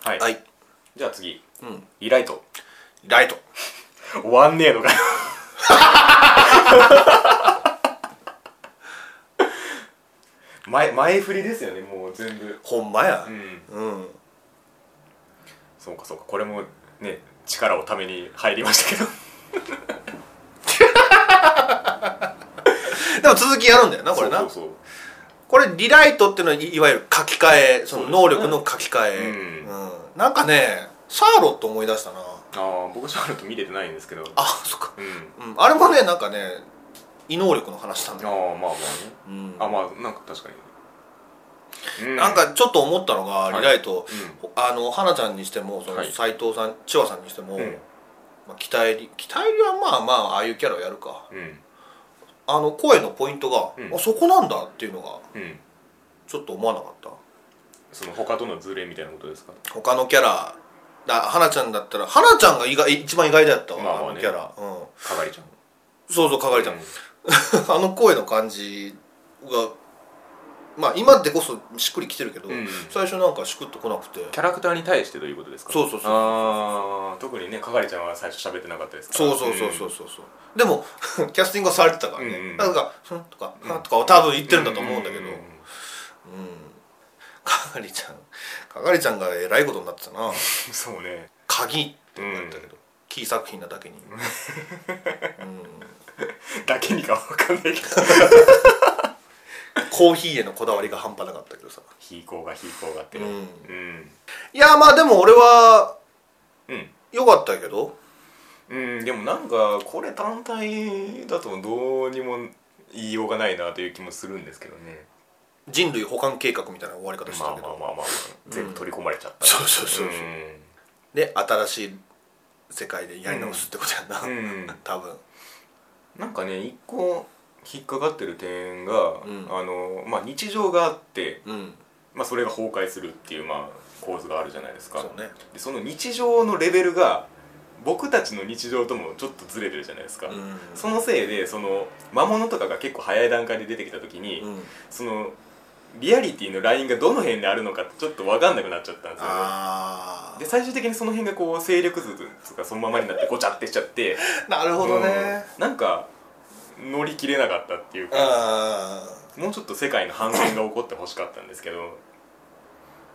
はい、はいじゃあ次、んリライトライト終わんね えのか前前振りですよねもう全部ほんまやうんうんそうかそうかこれもね力をために入りましたけどでも続きやるんだよなこれそなうそうこれリライトっていうのはいいわゆる書き換えその能力の書き換そえうですねうんなんかねシャーロット思い出したなそうああ僕シャーロット見れてないんですけどあそっかうんうんあれもねなんかね異能力の話なんだああよ、まあまあねうんあまあなんか確かに、うなんかちょっと思ったのがいリライトうんあの花ちゃんにしてもそのはい斎藤さん千和さんにしても、うんまあ、北入り北入りはまあまあああいうキャラをやるかうんあの声のポイントが、うんあそこなんだっていうのがうんちょっと思わなかったその他とのズレみたいなことですか他のキャラだ花ちゃんだったら花ちゃんが意外一番意外だったわ、まあまあねのキャラ、うん、かがりちゃんそうそうかがりちゃん、 あの声の感じがまあ今でこそしっくりきてるけど、うん最初なんかしくっとこなくてキャラクターに対してということですかそうそうそうそうあー特にねかがりちゃんは最初喋ってなかったですからそうそうそうそうそうそうでも キャスティングはされてたからね、うんうんなんか「ふん」とか「はん」とかは多分言ってるんだと思うんだけど、ううんかがりちゃんかがりちゃんがえらいことになってたな そうね鍵ってなったけど、キー作品なだけ にうんだけにかわかんないけどコーヒーへのこだわりが半端なかったけどさ非行が非行がってうねんうんいやまあでも俺はうん良かったけどうん、でもなんかこれ単体だとどうにも言いようがないなという気もするんですけどね人類保管計画みたいな終わり方してまあたまあけど、まあまあ、まあ、全部取り込まれちゃった、そうそうそうそううんで新しい世界でやり直すってことやんな、うん多分なんかね一個引っかかってる点が、うんあのまあ、日常があって、うんまあ、それが崩壊するっていう、まあ、構図があるじゃないですかそうねでその日常のレベルが僕たちの日常ともちょっとずれてるじゃないですか、うんそのせいでその魔物とかが結構早い段階で出てきた時に、うんそのリアリティのラインがどの辺にあるのかってちょっと分かんなくなっちゃったんですよねあで最終的にその辺がこう勢力図とかそのままになってごちゃってしちゃってあなるほどねうんなんか乗り切れなかったっていううかんもうちょっと世界の反戦が起こってほしかったんですけど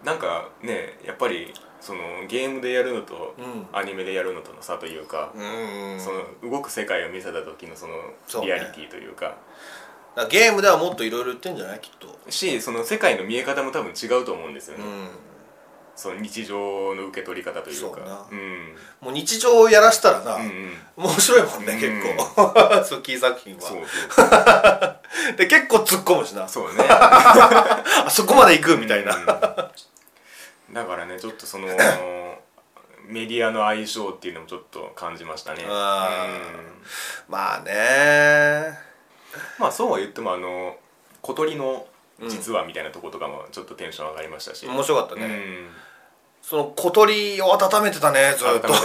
なんかねやっぱりそのゲームでやるのとうんアニメでやるのとの差というか、うんその動く世界を見せた時のそそのうねリアリティというかだからゲームではもっといろいろ言ってんじゃないきっとしその世界の見え方も多分違うと思うんですようね、んその日常の受け取り方というそうなかうんもう日常をやらしたらな、うんうん面白いもんね結 構、そうキー作品そう はそうで結構突っ込むしなそうねあそこまで行くみたいな、うんだからねちょっとそ のメディアの相性っていうのもちょっと感じましたねあうーんまあねまあそうは言ってもあの小鳥の実話みたいなとことかもちょっとテンション上がりましたし、面白かったね、うんその小鳥を温めてたねず改っめてねと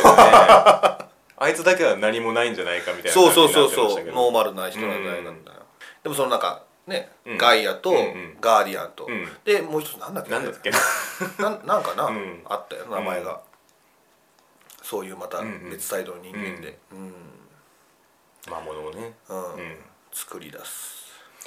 あいつだけは何もないんじゃないかみたいなそう感じそうになっそうてましたそうけどノーマルな人なんじゃないかみたいな、でもそのなんかね、うんガイアとうんうんガーディアンと、うんでもう一つなんだっけなんだっけなんなんかな、うんあったよ名前が、うんそういうまたうんうん別サイドの人間でうん、魔物をね、うんうん作り出す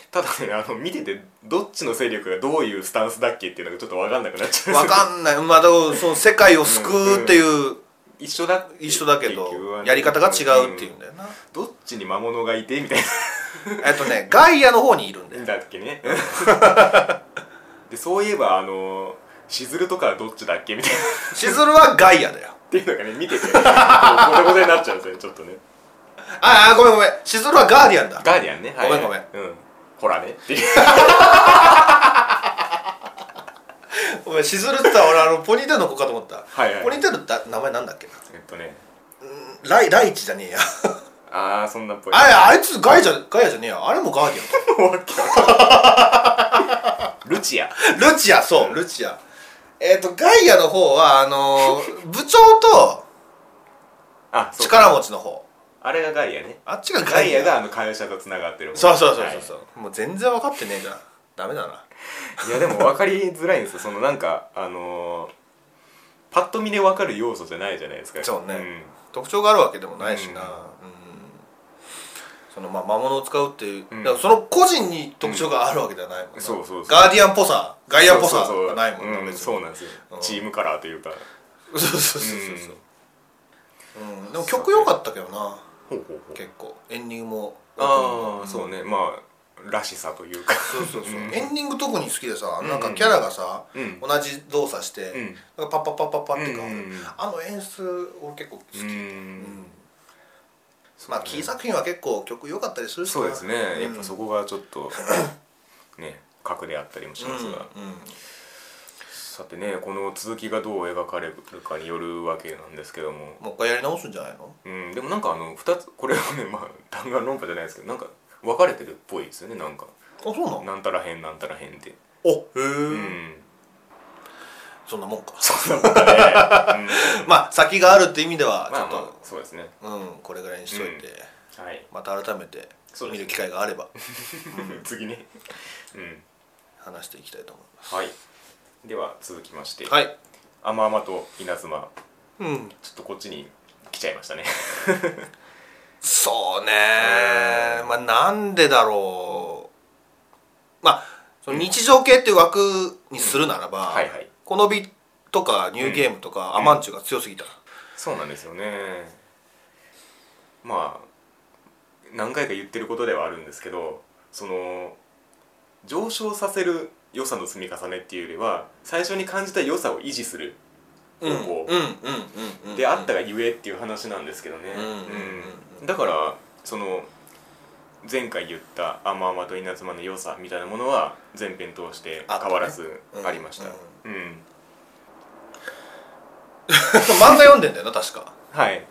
ただねあの見ててどっちの勢力がどういうスタンスだっけっていうのがちょっと分かんなくなっちゃうわかんないまあだからその世界を救うっていう一緒だ一緒だけど結局はねやり方が違うっていうんだよな、どっちに魔物がいてみたいえっとねガイアの方にいるんだなよんだっけねでそういえばあのしずるとかはどっちだっけみたいなっしずるはガイアだよていうのがね見てて、ね、ごちゃごちゃになっちゃうんですよねちょっとねああごめんごめんしずるはガーディアンだガーディアンね、はい、ごめんごめんうんほらねっていうごめんしずるって言ったら俺あのポニーテールの子かと思ったはいはいポニーテールって名前なんだっけなえっとねライライチじゃねえやああそんなっぽいあれあいつガイじゃガイアじゃねえやあれもガーディアンだルチアルチアそう、ルチアえっ、とガイアの方は あのー部長とあそう力持ちの方あれがガイアねあっちがガガイイアアがあの会社とつながってるもんそうそうそうそうはいそう、もう全然分かってねえじゃんダメだないやでも分かりづらいんですよそのなんかあのーパッと見で分かる要素じゃないじゃないですかそうねん特徴があるわけでもないしな、ううんんそのまあ魔物を使うっていう、うんだからその個人に特徴があるわけではないもんな、そうそうそうガーディアンっぽさガイアっぽそさうそうそがうないもんなうん別にそうなんですよ、うんチームカラーというか そうそうそうそうそう、うんでも曲良かったけどなほうほうほう結構エンディングもああそうねまあらしさというかそうそうそう、うんエンディング特に好きでさんなんかキャラがさ、うん同じ動作して、うんなんかパッパッパッパッパって変わうる、んうんうんあの演出俺結構好き、うんうんまあキー作品は結構曲良かったりするしなそうですねうんやっぱそこがちょっ とね格であったりもしますが、うんうんさてねこの続きがどう描かれるかによるわけなんですけども、もう一回やり直すんじゃないのうん、でもなんかあの2つこれはねまあ弾丸論破じゃないですけどなんか分かれてるっぽいですよねなんかあそうなのなんたら編なんたら編でおへえ、うんそんなもんかそんなことねうん まあ先があるって意味ではちょまあっまあと、そうですねうんこれぐらいにしといて、はいまた改めてそうで見すねる機会があれば 次ねうん話していきたいと思いまはいでは続きましてすはい「あまあま」と「稲妻うん」ちょっとこっちに来ちゃいましたねそうねまあなんでだろうまあその日常系っていう枠にするならば、んはいはいこのビとかニューゲームとか、アマンチュが強すぎた、そうなんですよねまあ何回か言ってることではあるんですけどその上昇させる良さの積み重ねっていうよりは最初に感じた良さを維持する方うん、うん向うんうんうんであったがゆえっていう話なんですけどね、うんうんうんうんだからその前回言った「あまあまと稲妻の良さ」みたいなものは前編通して変わらずあったねありましたうん、 漫画読んでんだよな確かはい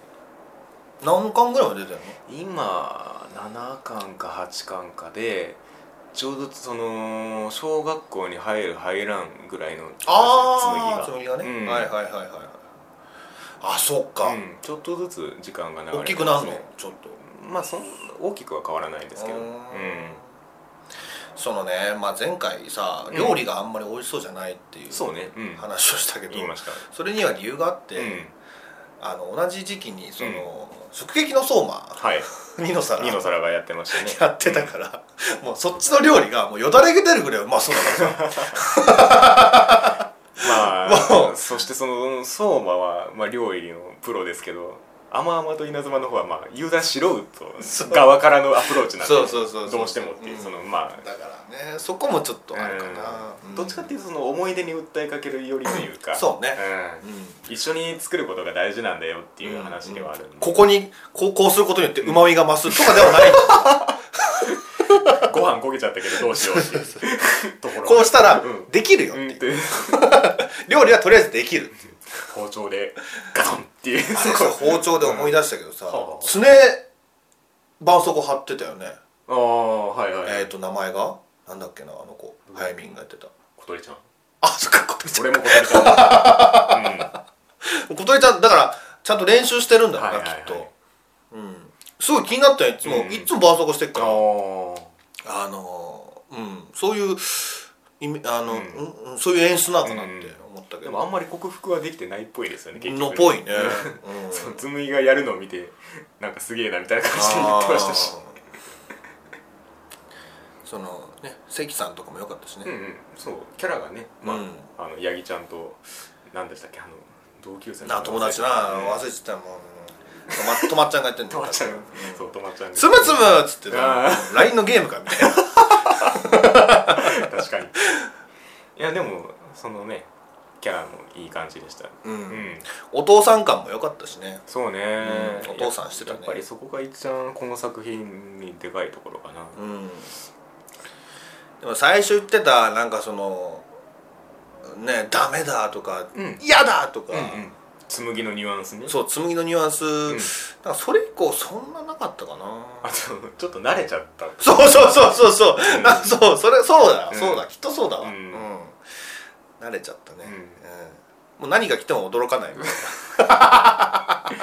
何巻ぐらいまで出てんの今7巻か8巻かでちょうどその小学校に入る入らんぐらいのああ紬ががね、うんはいはいはいはいはいあそっか、うんちょっとずつ時間が流れて大きくまなするのねちょっとまあそん大きくは変わらないですけどううーんんそのね、まあ、前回さうん料理があんまり美味しそうじゃないっていうそうねうん話をしたけど、言いましたそれには理由があって、うんあの同じ時期にその「食撃の相馬 はい」ニノサラ二の皿がやってましたねやってたから、 もうそっちの料理がもうよだれが出るぐらいうまそうだからさまもあうそしてその相馬は、まあ、料理のプロですけど甘々と稲妻の方はまあユーザーしろうとそう側からのアプローチなんでそうそうそうそうどうしてもっていううんそのまあだからねそこもちょっとあるかうな、んどっちかっていいうとその思い出に訴えかけるよりというかそうねうんうん一緒に作ることが大事なんだよっていう話ではあるんでここにこうこうすることによってうまみが増すとかではない、ご飯焦げちゃったけどどうしようっていうところこうしたらうんできるよっうていんう、っていう料理はとりあえずできるっていう包丁でガトンっていうあれさ包丁で思い出したけどさ、はあすね絆創膏貼ってたよね、ああはいはい、えっ、ー、と名前がなんだっけなあの子早見がやってた小鳥ちゃんあそっか小鳥ちゃん俺も小鳥ちゃん、うん小鳥ちゃんだからちゃんと練習してるんだろうな、はいはいはいきっとうんすごい気になったよいつも、うんいつも絆創膏してるあからあのーうんそういう意味あの、ううんんうんそういう演出なのかなって思ったけでど、もあんまり克服はできてないっぽいですよね結の局っぽいね、うんその紬がやるのを見てなんかすげえなみたいな感じで言ってましたしあーそのね関さんとかも良かったしね、うんうんそうキャラがねまあ、うんあの八木ちゃんと何でしたっけあの同級生のな友達な 忘れてたもんとまとまっちゃんがやってんとのまちゃんそうとまちゃんがつむつむっつってあた LINE のゲームかみたいな確かにいやでもそのねキャラもいい感じでしたうんうんお父さん感も良かったしねそうね、うんお父さんしてたねやっぱりそこが一番この作品にでかいところかな、うんでも最初言ってたなんかそのねダメだとか、うん嫌だとか、うんうん紬のニュアンスねそう紬のニュアンス、んなんかそれ以降そんななかったかなあとちょっと慣れちゃったそうそうそうそうそう、あそうそれそうだ、うんそうだきっとそうだわ、ううんん慣れちゃったね、うんうんもう何が来ても驚かないみたい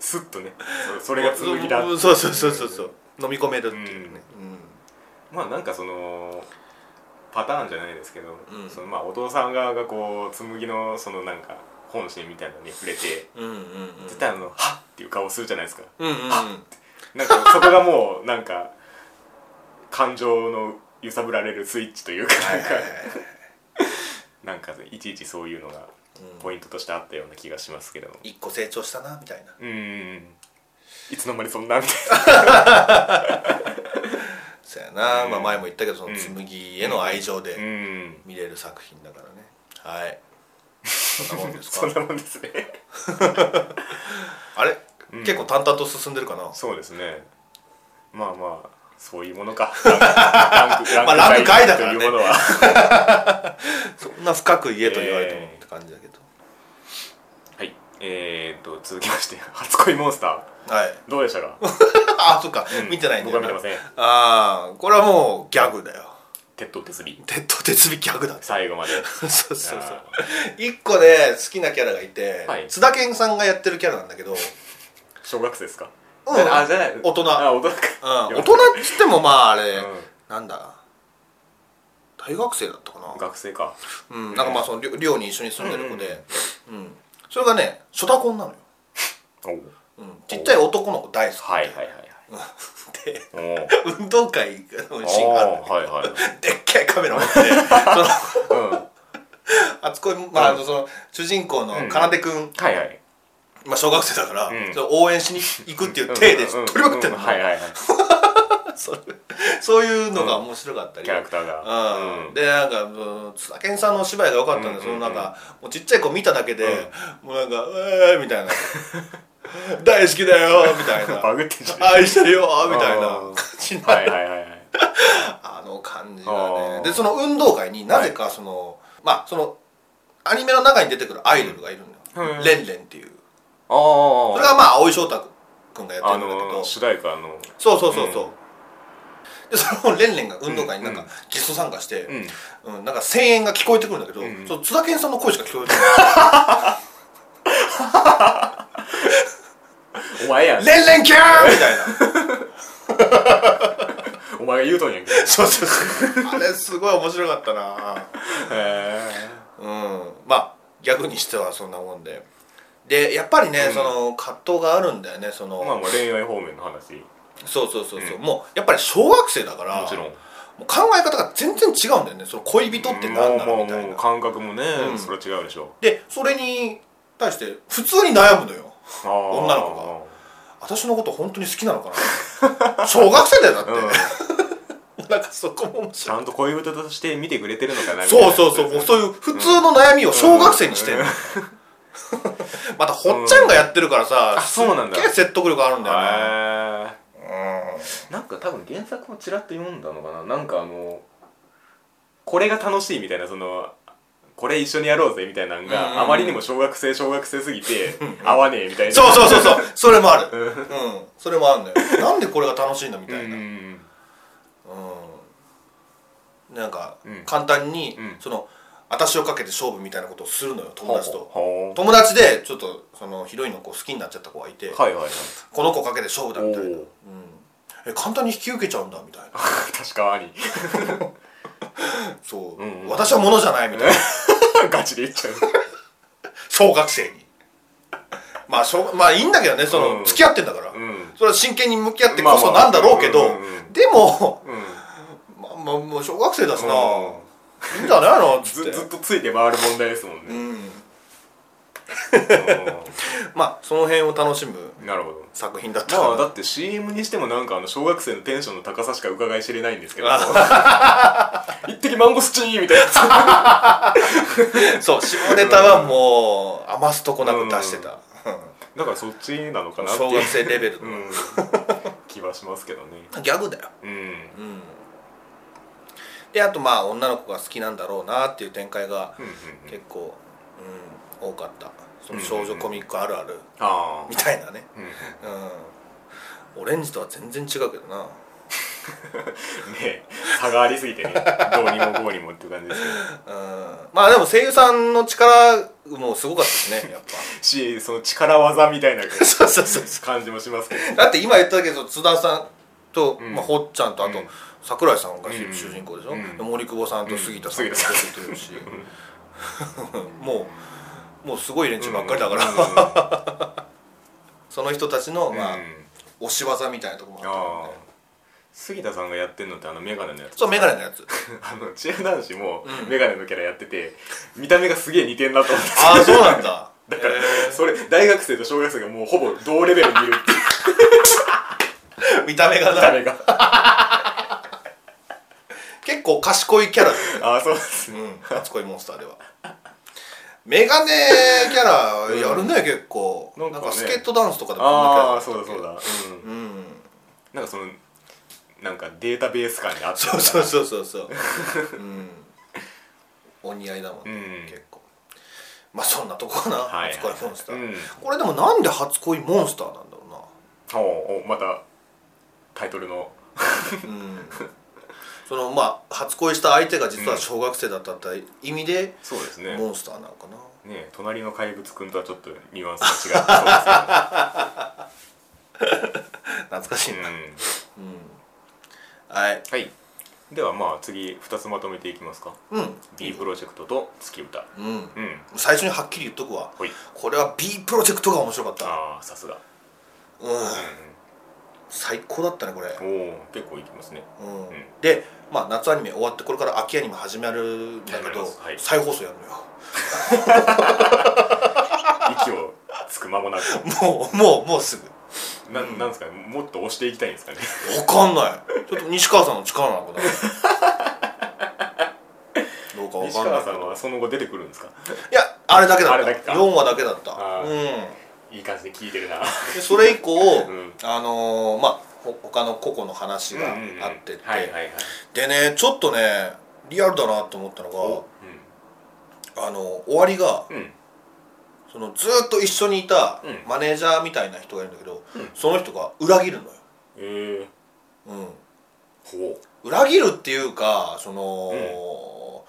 スッとねそそれなが紬だうんそうそうそうそうそう飲み込めるっていうね、まあなんかそのパターンじゃないですけど、うんそのまあお父さん側がこう紬のそのなんか本心みたいなのに触れてうんうんうん絶対あの「はっ!」っていう顔するじゃないですかうんうんうんなんかそこがもうなんか感情の揺さぶられるスイッチというかなんかなんかねいちいちそういうのがポイントとしてあったような気がしますけれども一個成長したなみたいなうーんいつの間にそんなみたいそうやな、うんまあ前も言ったけどそのうん紬への愛情なうでーん見れる作品だからねはいそんなもんで すそかんなもんですねあれ、うん結構淡々と進んでるかな、そうですねまあまあそういうもの かランクランまあクランク外だからねというものはそんな深く言えと言われてもって感じだけど、はいえー、と続きまして 初恋モンスタはいーどうでしたか、あそっか、うん 見てないんだ僕よは見てませんああこれはもうギャグだよ鉄塔鉄尾鉄と鉄尾ギャグだ最後まで そうそうそうあ一個ね好きなキャラがいて、はい津田健さんがやってるキャラなんだけど、うん、ー小学生ですか、うんあじゃない大人あ大人か、大人っつってもまああれ、うんなんだ大学生だったかな学生かうん、なんかまあその寮寮に一緒に住んでる子で、うんそれがねショタコンなのよ、おううん、ちっちゃい男の子大好きはいはいはいはいでおー運動会のシーンがあるおーはいはいのでっけえカメラ持って そのうんはあそこに、まあ、あうのその主人公のうんかなでくん、いはいまあ、小学生だから、うんそれ応援しに行くっていう体でうんうん取りまくってんの、うんはいはいはい それそういうのが面白かったり、キャラクターがうんうんでなんかうん津田健さんのお芝居が良かったんで、うんうんうんそのなんかもうちっちゃい子見ただけで、もうなんか「えー」みたいな 「大好きだよ」みた いバなグってんじゃ「ない愛してるよ」みたいなあー感じな、はいはいはいはいあの感じあがねーでその運動会になぜかその、まあそのアニメの中に出てくるアイドルがいるのよ、うんレンレンっていうあーそれがまあ蒼井翔太君がやってあるんだけどの主題歌のそうそうそうそう、うでそのレンレンが運動会になんかうんゲスト参加して、うんうん、なんか声援が聞こえてくるんだけど、うんそう津田健さんの声しか聞こえてお前 やんない「レンレンキャー!」みたいなお前が言うとんやんけへそうそうそうあれすごい面白かったなえうんまあ逆にしてはそんなもんででやっぱりね、うんその葛藤があるんだよねその、まあまあ恋愛方面の話もそうそうそうそう、うんもうやっぱり小学生だからちろんもう考え方が全然違うんだよねその恋人って何なのみたいもうもうもうな感覚もねうんそれは違うでしょでそれに対して普通に悩むのよ女女の子私のこと本当に好きなのかな 小学生だよだって、うん なんかそこも面ち白いゃんと恋人として見てくれてるのかなみたいそなうそうそうもうそういう普通の悩みを小学生にして んのまたほっちゃんがやってるからさ、あそうなんだすっげえ説得力あるんだよねへえうんなんか多分原作もちらっと読んだのかななんかあのこれが楽しいみたいなそのこれ一緒にやろうぜみたいなのうんうんうんがあまりにも小学生小学生すぎて合わねえみたいなそうそうそうそうそれもあるうんそれもあるんだよなんでこれが楽しいんだみうんたいなううんんなんかうん簡単にうんその私をかけて勝負みたいなことをするのよ友達とほう友達でちょっとそのヒロインの子を好きになっちゃった子がいてはいはいはいこの子かけて勝負だみたいなおううんえ簡単に引き受けちゃうんだみたいな 確かにそう、うんうん私はものじゃないみたいな ガチで言っちゃう小学生にまあしょうまあいいんだけどねその、うん付き合ってんだから、うんそれは真剣に向き合ってまあこまあそなんだろうけど、うんうんうんでも、うんまあ、まあもう小学生だしな、うんいいんじゃないのっつずってずっとついて回る問題ですもんうねんうまあその辺を楽しむんなるほど作品だったかまあ だ なって CM にしてもなんかあの小学生のテンションの高さしか伺い知れないんですけど「一滴マンゴスチーン!」みたいなやつそう下ネタはもう余すとこなく出してた、だからそっちなのかうんなって小い学う、生レベルうの、ん、気はしますけどねギャグだようんうんであとまあ女の子が好きなんだろうなっていう展開がうんうんうん結構、うん、多かったその少女コミックあるあるああみたいなね、うんうんねうん、オレンジとは全然違うけどなえ差がありすぎてねどうにもこうにもっていう感じですけどうんまあでも声優さんの力もすごかったし ねやっぱしその力技みたいなそうそうそうそ感じもします けどうだって今言ったけど津田さんと、うんまあ、ほっちゃんとあと、うん桜井さんがうん主人公でしょ、うんで森久保さんと杉田さんうがん 出てるし、もうもうすごい連中ばっかりだから、ら、その人たちの、うんまあうん押し技みたいなとこもあったああので杉田さんがやってんのってあのメガネのやつ そう眼鏡のやつあのチア男子もメガネのキャラやってて、見た目がすげえ似てんなと思ってああそうなんだ だから、それ大学生と小学生がもうほぼ同レベルにいるっていう見た目が見なた目 が結構賢いキャラだよねああそうですねうん初恋モンスターではメガネキャラやるね、結構ななんんかか,、ねスケートダンスとかでもあんあなキャそうラだそうだ、うん、うんなんかそのなんかデータベース感にあってそうそうそうそうそううんお似合いだもんね、うん結構まあそんなとこかな、はい初恋モンスター、うんこれでもなんで初恋モンスターなんだろおうおうまたタイトルのうなうんそのまあ初恋した相手が実は小学生だったって意味で、そうですねモンスターなのかな、ね隣の怪物くんとはちょっとニュアンスが違ってそう懐かし いな、ですはいけど、うん、はいではまあ次2つまとめていきますかうん、 B プロジェクトと月歌うん、うん最初にはっきり言っとくわほいこれは B プロジェクトが面白かったああさすがうん最高だったねこれ、おお結構いきます ねうんんで、まあ、夏アニメ終わってこれから秋アニメ始まるんだ始まけりまど、すはい再放送やるのよ息をつく間もなくもうもうもうすぐななんですかねもっと押していきたいんですかね分かんないちょっと西川さんの力なのかなどうか分西かんない川けさどんはその後出てくるんですかいやあれだけだあっれただけか4話だけだったあうーんいい感じで聞いてるなでそれ以降、んあのーまあほ他の個々の話があってって、はいはいはい、でねちょっとねリアルだなと思ったのがあの終わりがうん、うん、そのずーっと一緒にいたうんマネージャーみたいな人がいるんだけど、んその人が裏切るのよ、ええう、ほうん裏切るっていうかその、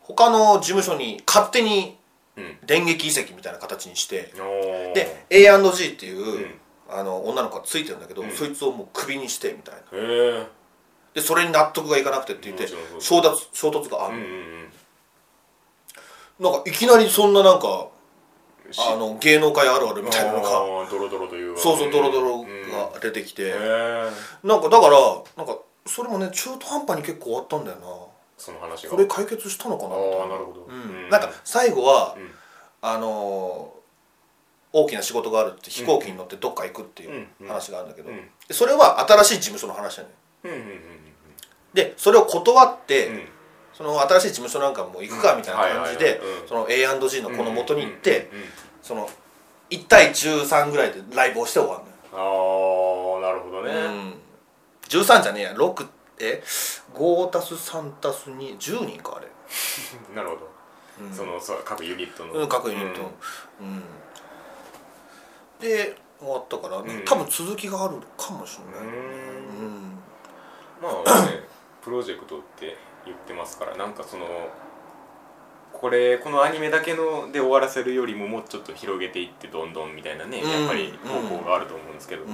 他の事務所に勝手にうん電撃移籍みたいな形にしておーで A&G っていう、うんあの女の子がついてるんだけど、うんそいつをもうクビにしてみたいなへえでそれに納得がいかなくてって言ってもちろんそ衝う突衝突があうんる、うんなんかいきなりそんななんかうんしあの芸能界あるあるみたいなのがあードロドロというか そうそうドロドうロんが出てきて、へえなんかだからなんかそれもね中途半端に結構終わったんだよなその話がこれ解決したのかなみたいあーなるほどうんうんなんか最後は、うんあのー大きな仕事があるって飛行機に乗ってどっか行くっていううん話があるんだけど、うんでそれは新しい事務所の話だねうんうんうんでそれを断って、うんその新しい事務所なんかも行くかみたいな感じではいはいはいうんその A&G のこの元に行って、うんうんうんその1対13ぐらいでライブをして終わるのあよあなるほどね、うん、13じゃねえや6え5たす3たす210人かあれ、なるほど、そのそう各ユニットの、うん、各ユニットうん、で終わったから、ん多分続きがあるかもしれうない、んうんま あ、ね、プロジェクトって言ってますからなんかそのこれこのアニメだけので終わらせるよりももうちょっと広げていってどんどんみたいなね、うんやっぱり方向があると思うんですけど、うん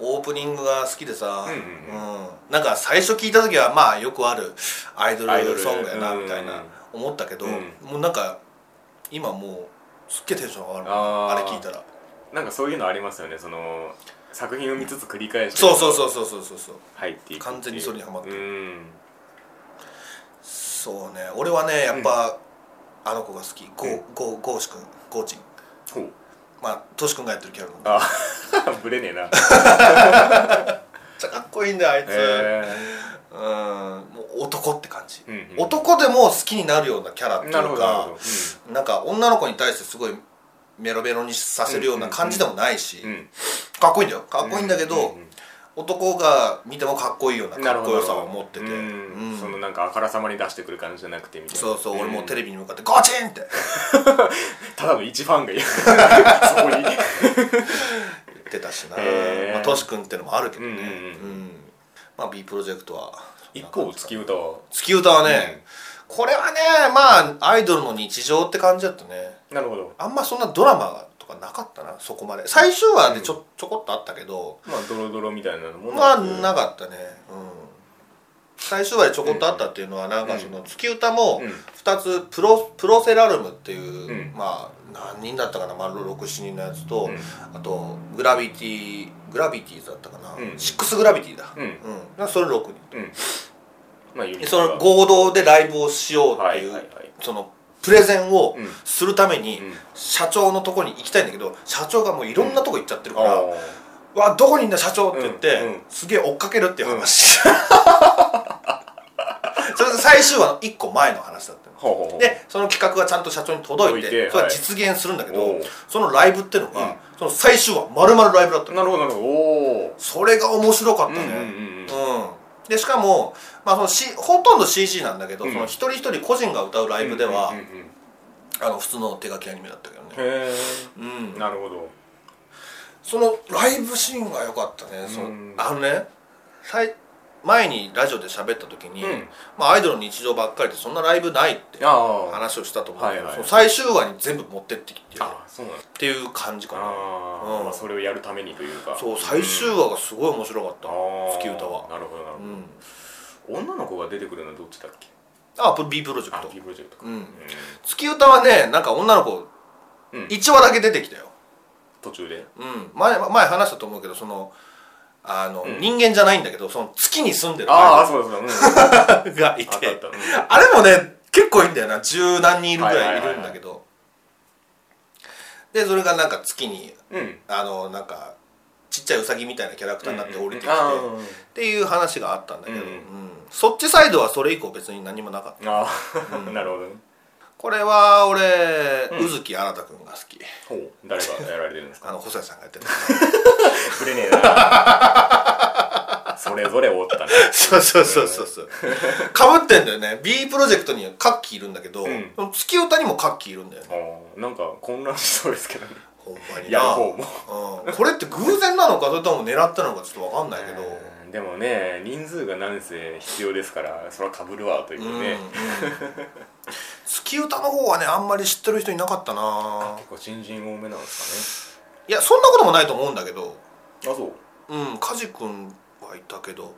オープニングが好きでさ、うんうんうんなんか最初聞いた時はまあよくあるアイドアイドルルソングやなうんみたいな思ったけど、うんもうなんか今もうすっげえテンション上がるああーれ聞いたらなんかそういうのありますよねその作品を見つつ繰り返してそうそうそうそうそうそうそう入っていくっていう完全にそれにハマってるうんそうね俺はねやっぱ、あの子が好きゴーゴーゴーシ君ゴーチンほうまあトシ君がやってるキャラなんだあ ぶれねえ なへめっちゃかっこいいんだよあいつ、えうんもう男って感じ、うんうん男でも好きになるようなキャラっていうなるほどなるほかなんか女の子に対してすごいメロメロにさせるような感じでもないし、ど、うんうん、かっこいいんだよかっこいいんだけど、うんうん男が見てもかっこいいようななるかほっこどよさを持ってて、うんうんそのなんかあからさまに出してくる感じじゃなくてみたいなそうそう、俺もうテレビビに向かって「ゴーチン!」ってただの一ファンが いるそこに 言ってたしな、へーまあ、トシ君ってのもあるけどうね、んうんうまあ B プロジェクトは一方月歌は月歌はね、これはねまあアイドルの日常って感じだったねなるほどあんまそんなドラマとかなかったなそこまで最終話でちょ,、ちょこっとあったけどまあドロドロみたいなのもまあくなかったね最終話でちょこっとあったっていうのはなんかその月歌もうん2つプロプロセラルムっていう、うんまあ何人だったかな、まあ、67人のやつと、うんあとグラビティグラビティーズだったかな、うんシックスグラビティだ、うんうんそれ6人うんまあユニッでトそがの合同でライブをしようっはていいう、はいはいそのプレゼンをうんするためにうん社長のとこに行きたいんだけど社長がもういろんなとこ行っちゃってるから「あーわどこにいんだ社長」って言って、うんうんすげえ追っかけるっていう話、 それで最終話の1個前の話だったのほうほうほうでその企画がちゃんと社長に届いて届いてそれははい実現するんだけど、おうそのライブってのが、うんその最終話丸々ライブだったのなるほどなるほどおおそれが面白かったね、うんうん、でしかも、まあその C、ほとんど CG なんだけど、うんその一人一人個人が歌うライブでは、うんうんうんうんあの普通の手書きアニメだったけどね、へうんえ、なるほどそのライブシーンが良かったね、そのうんあのね最前にラジオで喋った時に、うんまあ、アイドルの日常ばっかりでそんなライブないってあー話をしたと思うんだけど、はいはいその最終話に全部持ってってきてっあそうなんだていう感じかなあうんあまあそれをやるためにというかそう最終うん話がすごい面白かった、あー月歌は、なるほどなるほうん、ど女の子が出てくるのはどっちだっけあ B プロジェクあト P プロジェクトかうんうん月歌はねなんか女の子、うん一1話だけ出てきたよ、途中でうん、前前話したと思うけどそのあの、うん人間じゃないんだけどその月に住んでるああアそうだ そうだうんイドルがいあったあってたうんあれもね結構いいんだよな十何人いるぐらいいるんだけど、でそれがなんか月にうんあのなんかちっちゃいウサギみたいなキャラクターになって降りてきうて、んあっーていう話があったんだけど、うんうんそっちサイドはそれ以降別に何もなかったあーなるほどねこれは俺うん宇月新君が好きほう誰がやられてるんですかあの細谷さんがやってるぶれねえな それぞれおったね そうそうそうそうそう。かぶってんだよね。B プロジェクトにはカッキーいるんだけど、うん月歌にもカッキーいるんだよね。あーなんか混乱しそうですけどねほんまにやるな。方もうん、これって偶然なのかそれとも狙ったのかちょっとわかんないけど、うんでもね人数が何せ必要ですからそれはかぶるわといううんね、月歌の方はねあんまり知ってる人いなかったな結構新人多めなんですいやそんなこともないと思うんだけどかねあそううん梶君はいたけど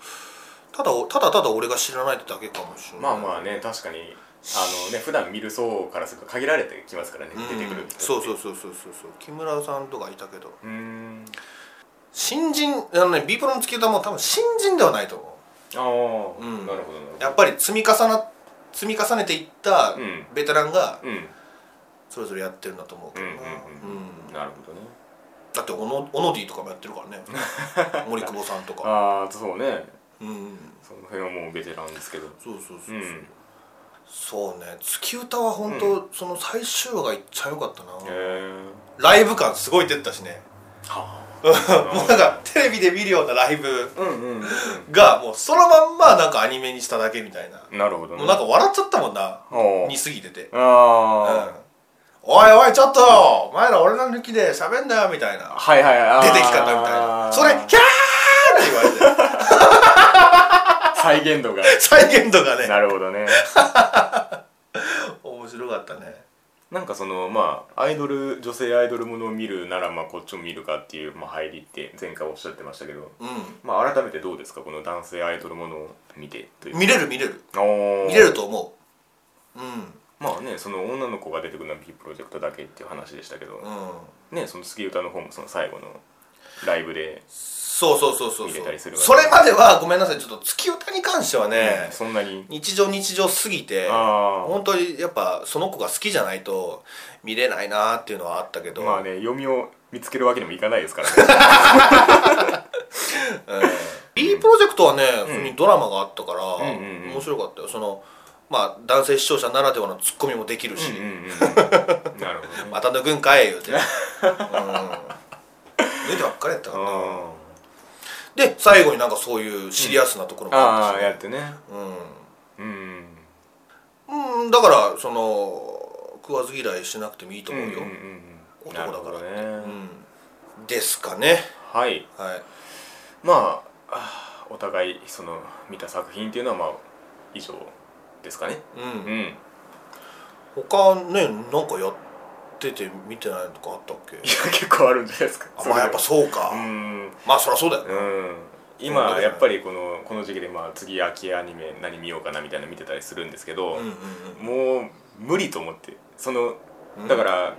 ただただただ俺が知らないってだけかもしれないまあまあね確かにあのね普段見る層からすると限られてきますからね、出てくるうんそううそうそうそうそうそう木村さんとかいたけどうーん新人あのね B プロの月歌も多分新人ではないと思ああ、うんなるほどなるほうどやっぱり積み重な積み重ねていったうんベテランがうんそれぞれやってるんだと思うけどな、うんうんなるほどねだってオノオノディとかもやってる からね森久保さんとか、ああそうねうん、その辺はもうベテランですけどそうそうそうそう、うんそうね月歌は本当、その最終話がいっちゃ良かったな、へえライブ感すごい出てたしねはもうなんかテレビで見るようなライブ あうんうん、がもうそのまんまなんかアニメにしただけみたいな、うん、なるほどもうなんか笑っちゃったもんなおに過ぎてて、うんああ、おいおいちょっとお前ら俺の抜きで喋んなよみたいなはいはいあー出てき方みたいなそれキャーって言われて再現度が再現度が ねなるほどね面白かったねなんかそのまあアイドル女性アイドルものを見るならまあこっちも見るかっていう、まあ、入りって前回おっしゃってましたけどうまあ改めてどうですかこの男性アイドルものを見てといんう見れる見れるおー見れると思ううんまあねその女の子が出てくるのは B プロジェクトだけっていう話でしたけど、うんねその月歌の方もその最後のライブで、そうそうそうそう見れたりすそうるそれまではごめんなさいちょっと月歌に関してはね、そんなに日常日常すぎてあ本当にやっぱその子が好きじゃないと見れないなーっていうのはあったけあど、まあね読みを見つけるわけにもいかないですからね B プロジェクトはね、うんにドラマがあったから、んうんうん面白かったよそのまあ男性視聴者ならではのツッコミもできるし、 うんうんうん なるほどねまた脱ぐんかい言うて、うん、脱いでばっかりやったからなあで最後になんかそういうシリアスなところーもああったーし、やってねううんん、うん、だからその食わず嫌いしなくてもいいとうんう思んうよ、うん男だかなるほどらね、うんですかねはいはいまああーお互いその見た作品っていうのはまあ以上ですかねうんうん他ねなんかやってて見てないのとかあったっけ結構あるんじゃないですかあまあやっぱそうか、うんまあそりゃそうだよねうん今こんだけじやゃないっぱりこのこの時期でまあ次秋アニメ何見ようかなみたいなの見てたりするんですけど、うんうんもう無理と思ってそのうんだから、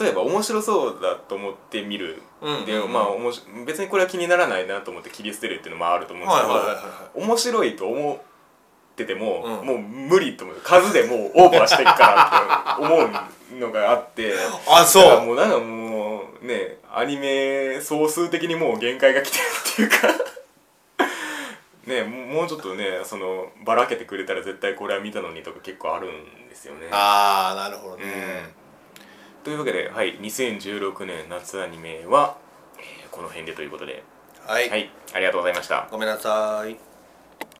例えば面白そうだと思って見る、うんでまあおもし別にこれは気にならないなと思って切り捨てるっていうのもあると思うんですはいけど、はいはいは面白いと思ってても、うんもう無理と思う数でもうオーバーしていくかなって思うのがあっていあそだからうもうなんかもうねアニメ総数的にもう限界が来てるっていうか ねもうちょっとねそのばらけてくれたら絶対これは見たのにとか結構あるんですよね。ああなるほどうねん、というわけで、はい、2016年夏アニメは、えーこの辺でということで、はいはい、ありがとうございました。ごめんなさい